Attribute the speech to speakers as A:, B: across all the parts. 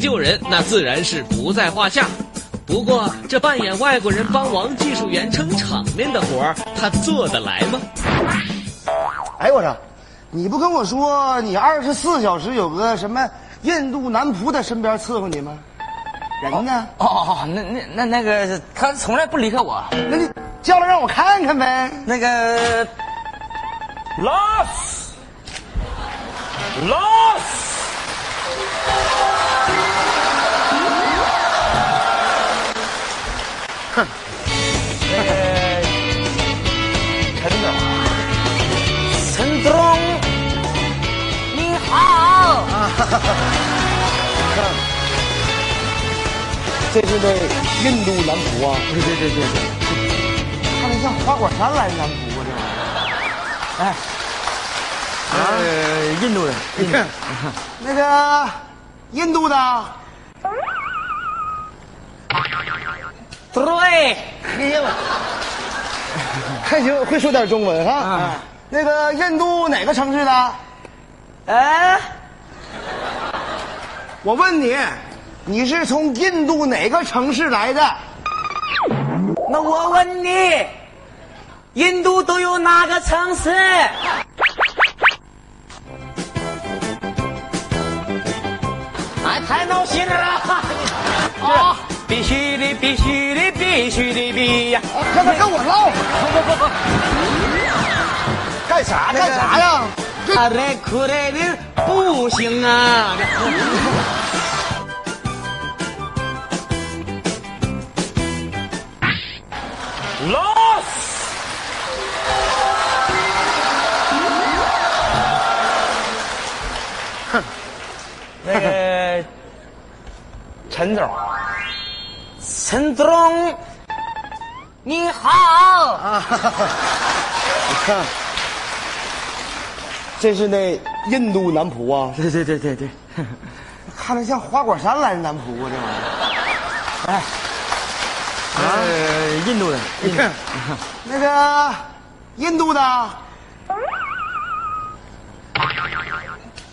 A: 救人那自然是不在话下。不过，这扮演外国人帮忙技术员撑场面的活儿，他做得来吗？
B: 哎，我说，你不跟我说你二十四小时有个什么印度男仆在身边伺候你吗？人呢？
C: 哦哦，那那那那个，他从来不离开我。
A: 哦
B: 那你叫来让我看看呗。
C: 那个 l o s l o s 陈总，陈总，你好。
B: 아.这是个印度男仆啊！对对对对对，看着像花果山来的男仆啊， 아.
C: 哎，呃，印度人，
B: 这玩意儿。那个印度的，
C: 对，
B: 哎呀我，还行，会说点中文哈。
C: 啊
B: 那个印度哪个城市的？
C: 哎，
B: 我问你，你是从印度哪个城市来的？啊
C: 那我问你，印度都有哪个城市？哎，太闹心了啊！啊，必须的，必须的，必须的，必呀！
B: 让他跟我唠，干啥干啥呀？
C: 啊嘞，苦嘞的不行啊！Los，那个陈总，陈总，你好，
B: 啊， 哈哈你看，这是那印度男仆啊，
C: 对对对对对，
B: 看着像花果山来的男仆啊，这玩意
C: 哎，呃，印度人，印
B: 儿。啊那个印度的，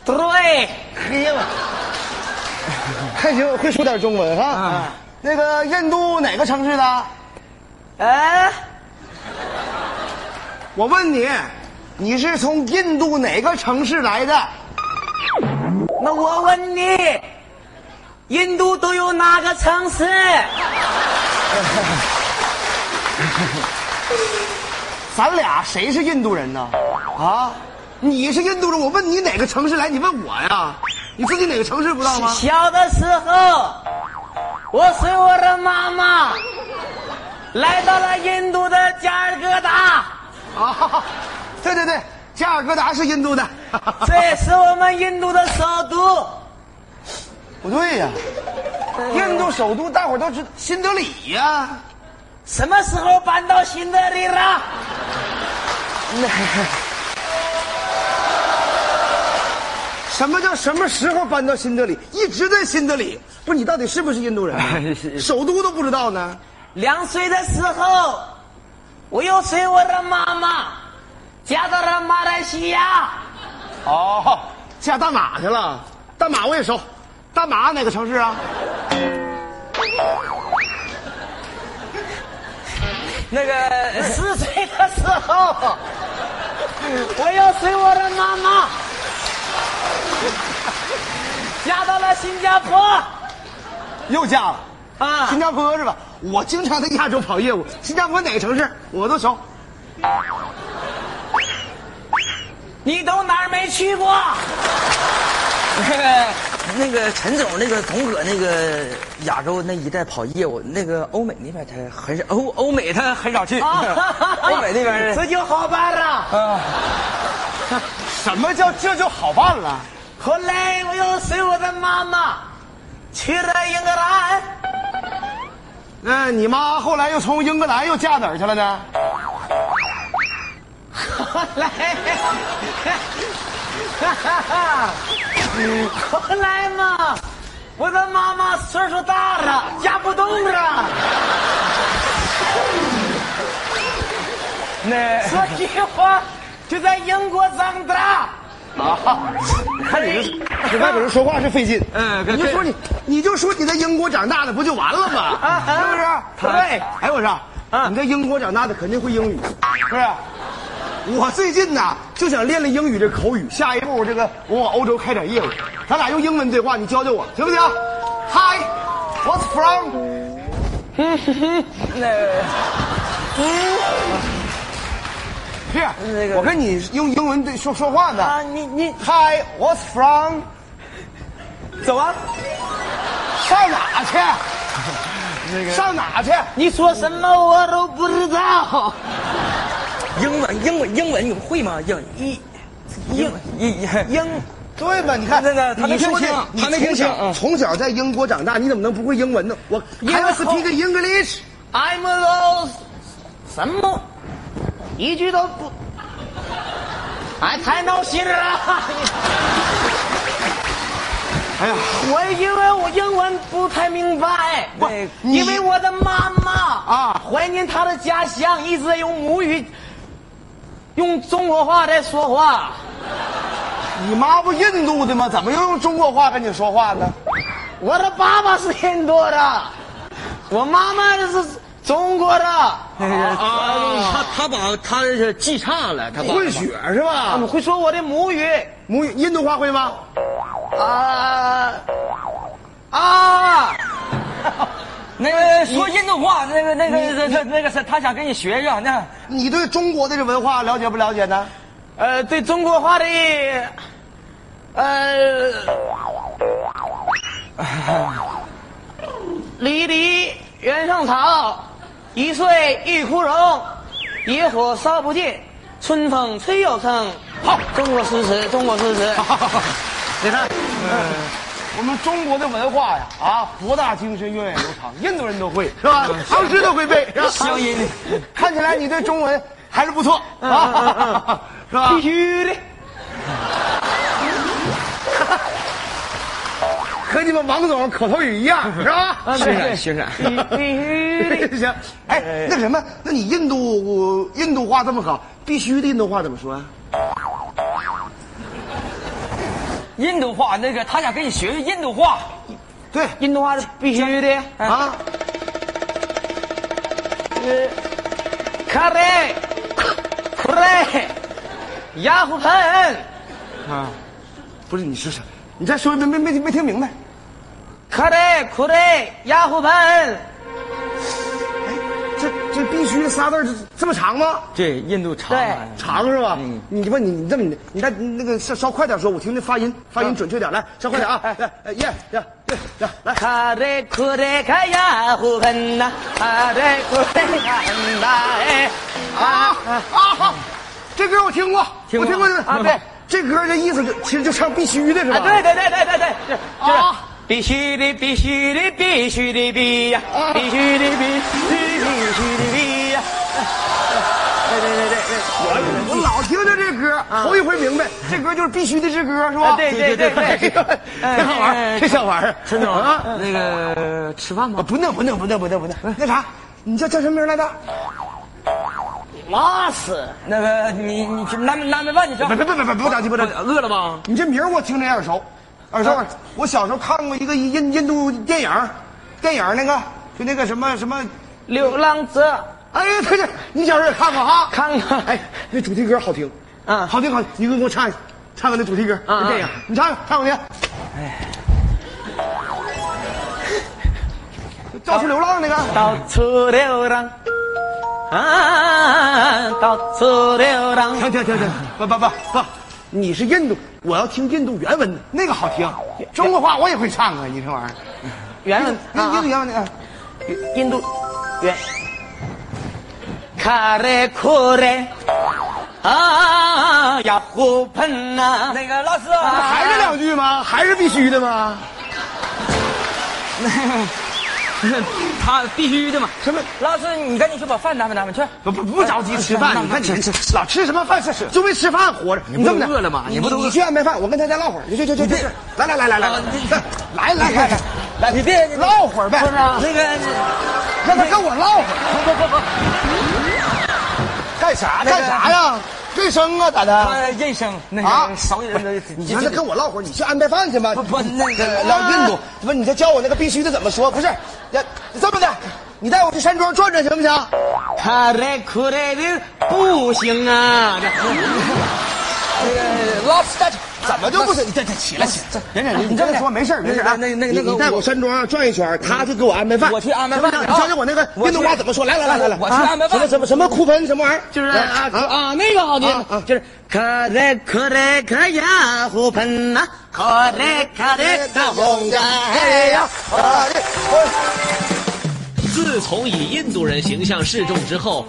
C: 对，
B: 哎呀 我，还行，会说点中文哈。
C: 啊
B: 那个印度哪个城市的？
C: 哎，
B: 我问你，你是从印度哪个城市来的？
C: 那我问你，印度都有哪个城市？
B: 咱俩谁是印度人呢？啊，你是印度人，我问你哪个城市来，你问我呀？你自己哪个城市不知道吗？
C: 小的时候，我随我的妈妈来到了印度的加尔各答，
B: 啊，对对对，加尔各答是印度的。
C: 这也是我们印度的首都。
B: 不对呀、印度首都大伙儿都知道新德里呀、
C: 什么时候搬到新德里了？
B: 什么叫什么时候搬到新德里？一直在新德里。不是你到底是不 是印度人啊？首都都不知道呢。
C: 两岁的时候，我又随我的妈妈嫁到了马来西亚。
B: 哦，下大马去了。大马我也熟。大马哪个城市啊？
C: 那个四岁的时候，我要随我的妈妈嫁到了新加坡
B: 又嫁了。
C: 啊
B: 新加坡是吧？我经常在亚洲跑业务，新加坡哪个城市我都熟。
C: 你都哪儿没去过？
D: 那个哎那个陈总，那个童哥，那个亚洲那一带跑业务，那个欧美那边他很少，欧欧美他很少去， 欧美那 边
C: 这就好办了。
D: 啊，
B: 什么叫这就好办了？
C: 后来我又随我的妈妈去了英格兰，
B: 那、你妈后来又从英格兰又嫁哪儿去了呢？
C: 后来，后来嘛，我的妈妈岁数大了，嫁不动了。
B: 那
C: 所以我就在英国长大。
B: 啊，看你这这外国人说话是费劲。
D: 嗯跟
B: 你就说你，你就说你在英国长大的不就完了吗？
C: 啊啊
B: 是不是？对。哎，我说，
C: 啊
B: 你在英国长大的肯定会英语，是不是？我最近呐就想练练英语这口语，下一步这个我往欧洲开展业务，咱俩用英文对话，你教教我行不行？Hi，what's from？是啊
D: 那个
B: 我跟你用英文对说说话呢。
C: 啊，你你
B: Hi，what's from？
C: 走啊！
B: 上哪去？上哪去？
C: 你说什么我都不知道。
D: 英文，英文，英文，你们会吗？英一，英一英，
B: 对吧？你看，
D: 那那他没
B: 你这
D: 说
B: 些
D: 清
B: 你
D: 他没听
B: 从小
D: 清嗯
B: 从小在英国长大，你怎么能不会英文呢？我
C: 英
B: I
C: 文
B: speak English。
C: I'm lost，什么？一句都不。哎，太闹心了！
B: 哎呀，
C: 我因为我英文不太明白，
B: 不你
C: 因为我的妈妈
B: 啊
C: 怀念她的家乡，一直在用母语，用中国话在说话。
B: 你妈不印度的吗？怎么又用中国话跟你说话呢？
C: 我的爸爸是印度的，我妈妈是中国的。
D: 那
A: 啊
D: 个他他把他是记差了，他把
B: 混血是
C: 他
B: 吧
C: 们？会说我的母语
B: 母语印度话会吗？
C: 啊啊！
D: 那个说印度话，那个那个那那个是他想跟你学学，那
B: 你对中国的这文化了解不了解 呢？
C: 呃，对中国话的呃，离离原上草，一岁一枯荣，野火烧不尽，春风吹又生。好，中国诗词，中国诗词。
B: 你看，呃我们中国的文化呀，啊，博大精深，源远流长，印度人都会嗯是吧？唐诗都会背，是吧
D: 乡音里
B: 看起来你对中文还是不错啊， 是吧？
C: 必须的。
B: 和你们王总口头语一样，嗯是吧？
D: 学啥学
C: 哎
D: 啥。
C: 必须
B: 行，哎，那什么，那你印度印度话这么好，必须的印度话怎么说呀？ 啊
D: 印度话，那个他想跟你学学印度话，
B: 对
C: 印度 话是必须的。
B: 啊，
C: 卡雷，库雷，雅虎喷，
B: 啊不是你说啥？你再说一遍，没没没听明白。
C: 卡雷库雷，雅虎喷。
B: 这这必须的仨字儿这这么长吗？
D: 对，印度长啊
C: 安
B: 长是吧？你不你你这么你你再那个稍稍快点说，我听那发音发音准确点，来稍快点啊！来，哎耶耶耶耶，来，
C: 卡雷库雷卡雅虎喷呐，卡雷库雷卡呐哎，
B: 啊啊好，这歌我听过，
D: 听
B: 我
D: 过
B: 听过这
D: 啊
B: 对，这歌的意思就其实就唱必须的是吧？
C: 啊对对对对对对，是就是
B: 啊
C: 必须的必须的必须的必呀，必须的必须的必须的必呀。对对对对对。
B: 我老听着这歌，头一回明白，这歌就是必须的之歌是吧？
C: 啊对对对对对
B: 哎呦挺好玩儿，这小玩意儿，
D: 陈总
B: 啊，
D: 那个吃饭吗
B: 啊？不弄不弄不弄不弄不弄，那啥，你叫叫什么名来着？
C: 拉死！
D: 那
C: 呃
D: 个你你南南门饭你吃
B: 别，别别别别不着急不着急，
D: 饿了吧？
B: 你这名儿我听着也耳熟，耳熟。我小时候看过一个印印度电影儿，电影儿那个就那个什么什么，
C: 流浪者，
B: 哎呀，对对，你小时候也看过哈？
C: 看看
B: 哎，那主题歌好听，
C: 嗯
B: 好听好听，你给我唱一唱个那主题歌，
C: 嗯
B: 那电影，你唱唱我听。哎，到处流浪那个，
C: 到处流浪，啊，到处流浪。
B: 停停停停，不不不不，你是印度，我要听印度原文的，那个好听。中国话我也会唱啊，你这玩意儿，
C: 原文
B: 印印
C: 啊
B: 度，原文的。啊
C: 印度原。卡雷库雷，啊，雅虎喷呐，啊
D: 那个老师，
B: 还是两句吗？还是必须的吗？
D: 他必须的嘛。
B: 什么？
D: 老师，你赶紧去把饭拿吧，拿吧去。
B: 不不不着急
D: 哎
B: 吃饭，你看你吃老吃什么饭？吃就为吃饭活着。你这么的，
D: 饿了吗
B: 你
D: 你不都
B: 你去安排饭，我跟大家唠会儿。去去去去去，来来来来来来来来来来，
D: 你啊别
B: 唠会儿呗，
D: 那个
B: 让他跟我唠会儿。
D: 不不不不，
B: 干
D: 干啥呢？
B: 干啥？呀？卫生啊，咋的？
D: 他认生那
B: 啊
D: 个熟人的，
B: 你让他跟我唠会儿，你去安排饭去吧。
D: 不不那个啊
B: 聊印度，不，你再教我那个必须的怎么说？不是，要这么的，你带我去山庄转转行不行？
C: 他这苦这的不行啊！这
D: 老师大姐，
B: 怎么就不行？你这这起来起来，别别，你跟他说没事儿没事儿啊。
D: 那个那个那个
B: 你你带我山庄转一圈，他去给我安排饭。
D: 我去安排饭
B: 行不行
D: 啊
B: 你教教我那个
D: 我
B: 印度话
D: 去
B: 怎么说？来来来来来，
D: 我去安排饭
B: 啊什么什么什么库芬什么玩意儿？
C: 就是
B: 来
C: 啊
B: 啊
C: 啊那个好
B: 啊
C: 听，
B: 啊
C: 就是可嘞可嘞可呀呼喷呐，可嘞可嘞大红的哎呀。
B: 啊！这我
A: 自从以印度人形象示众之后，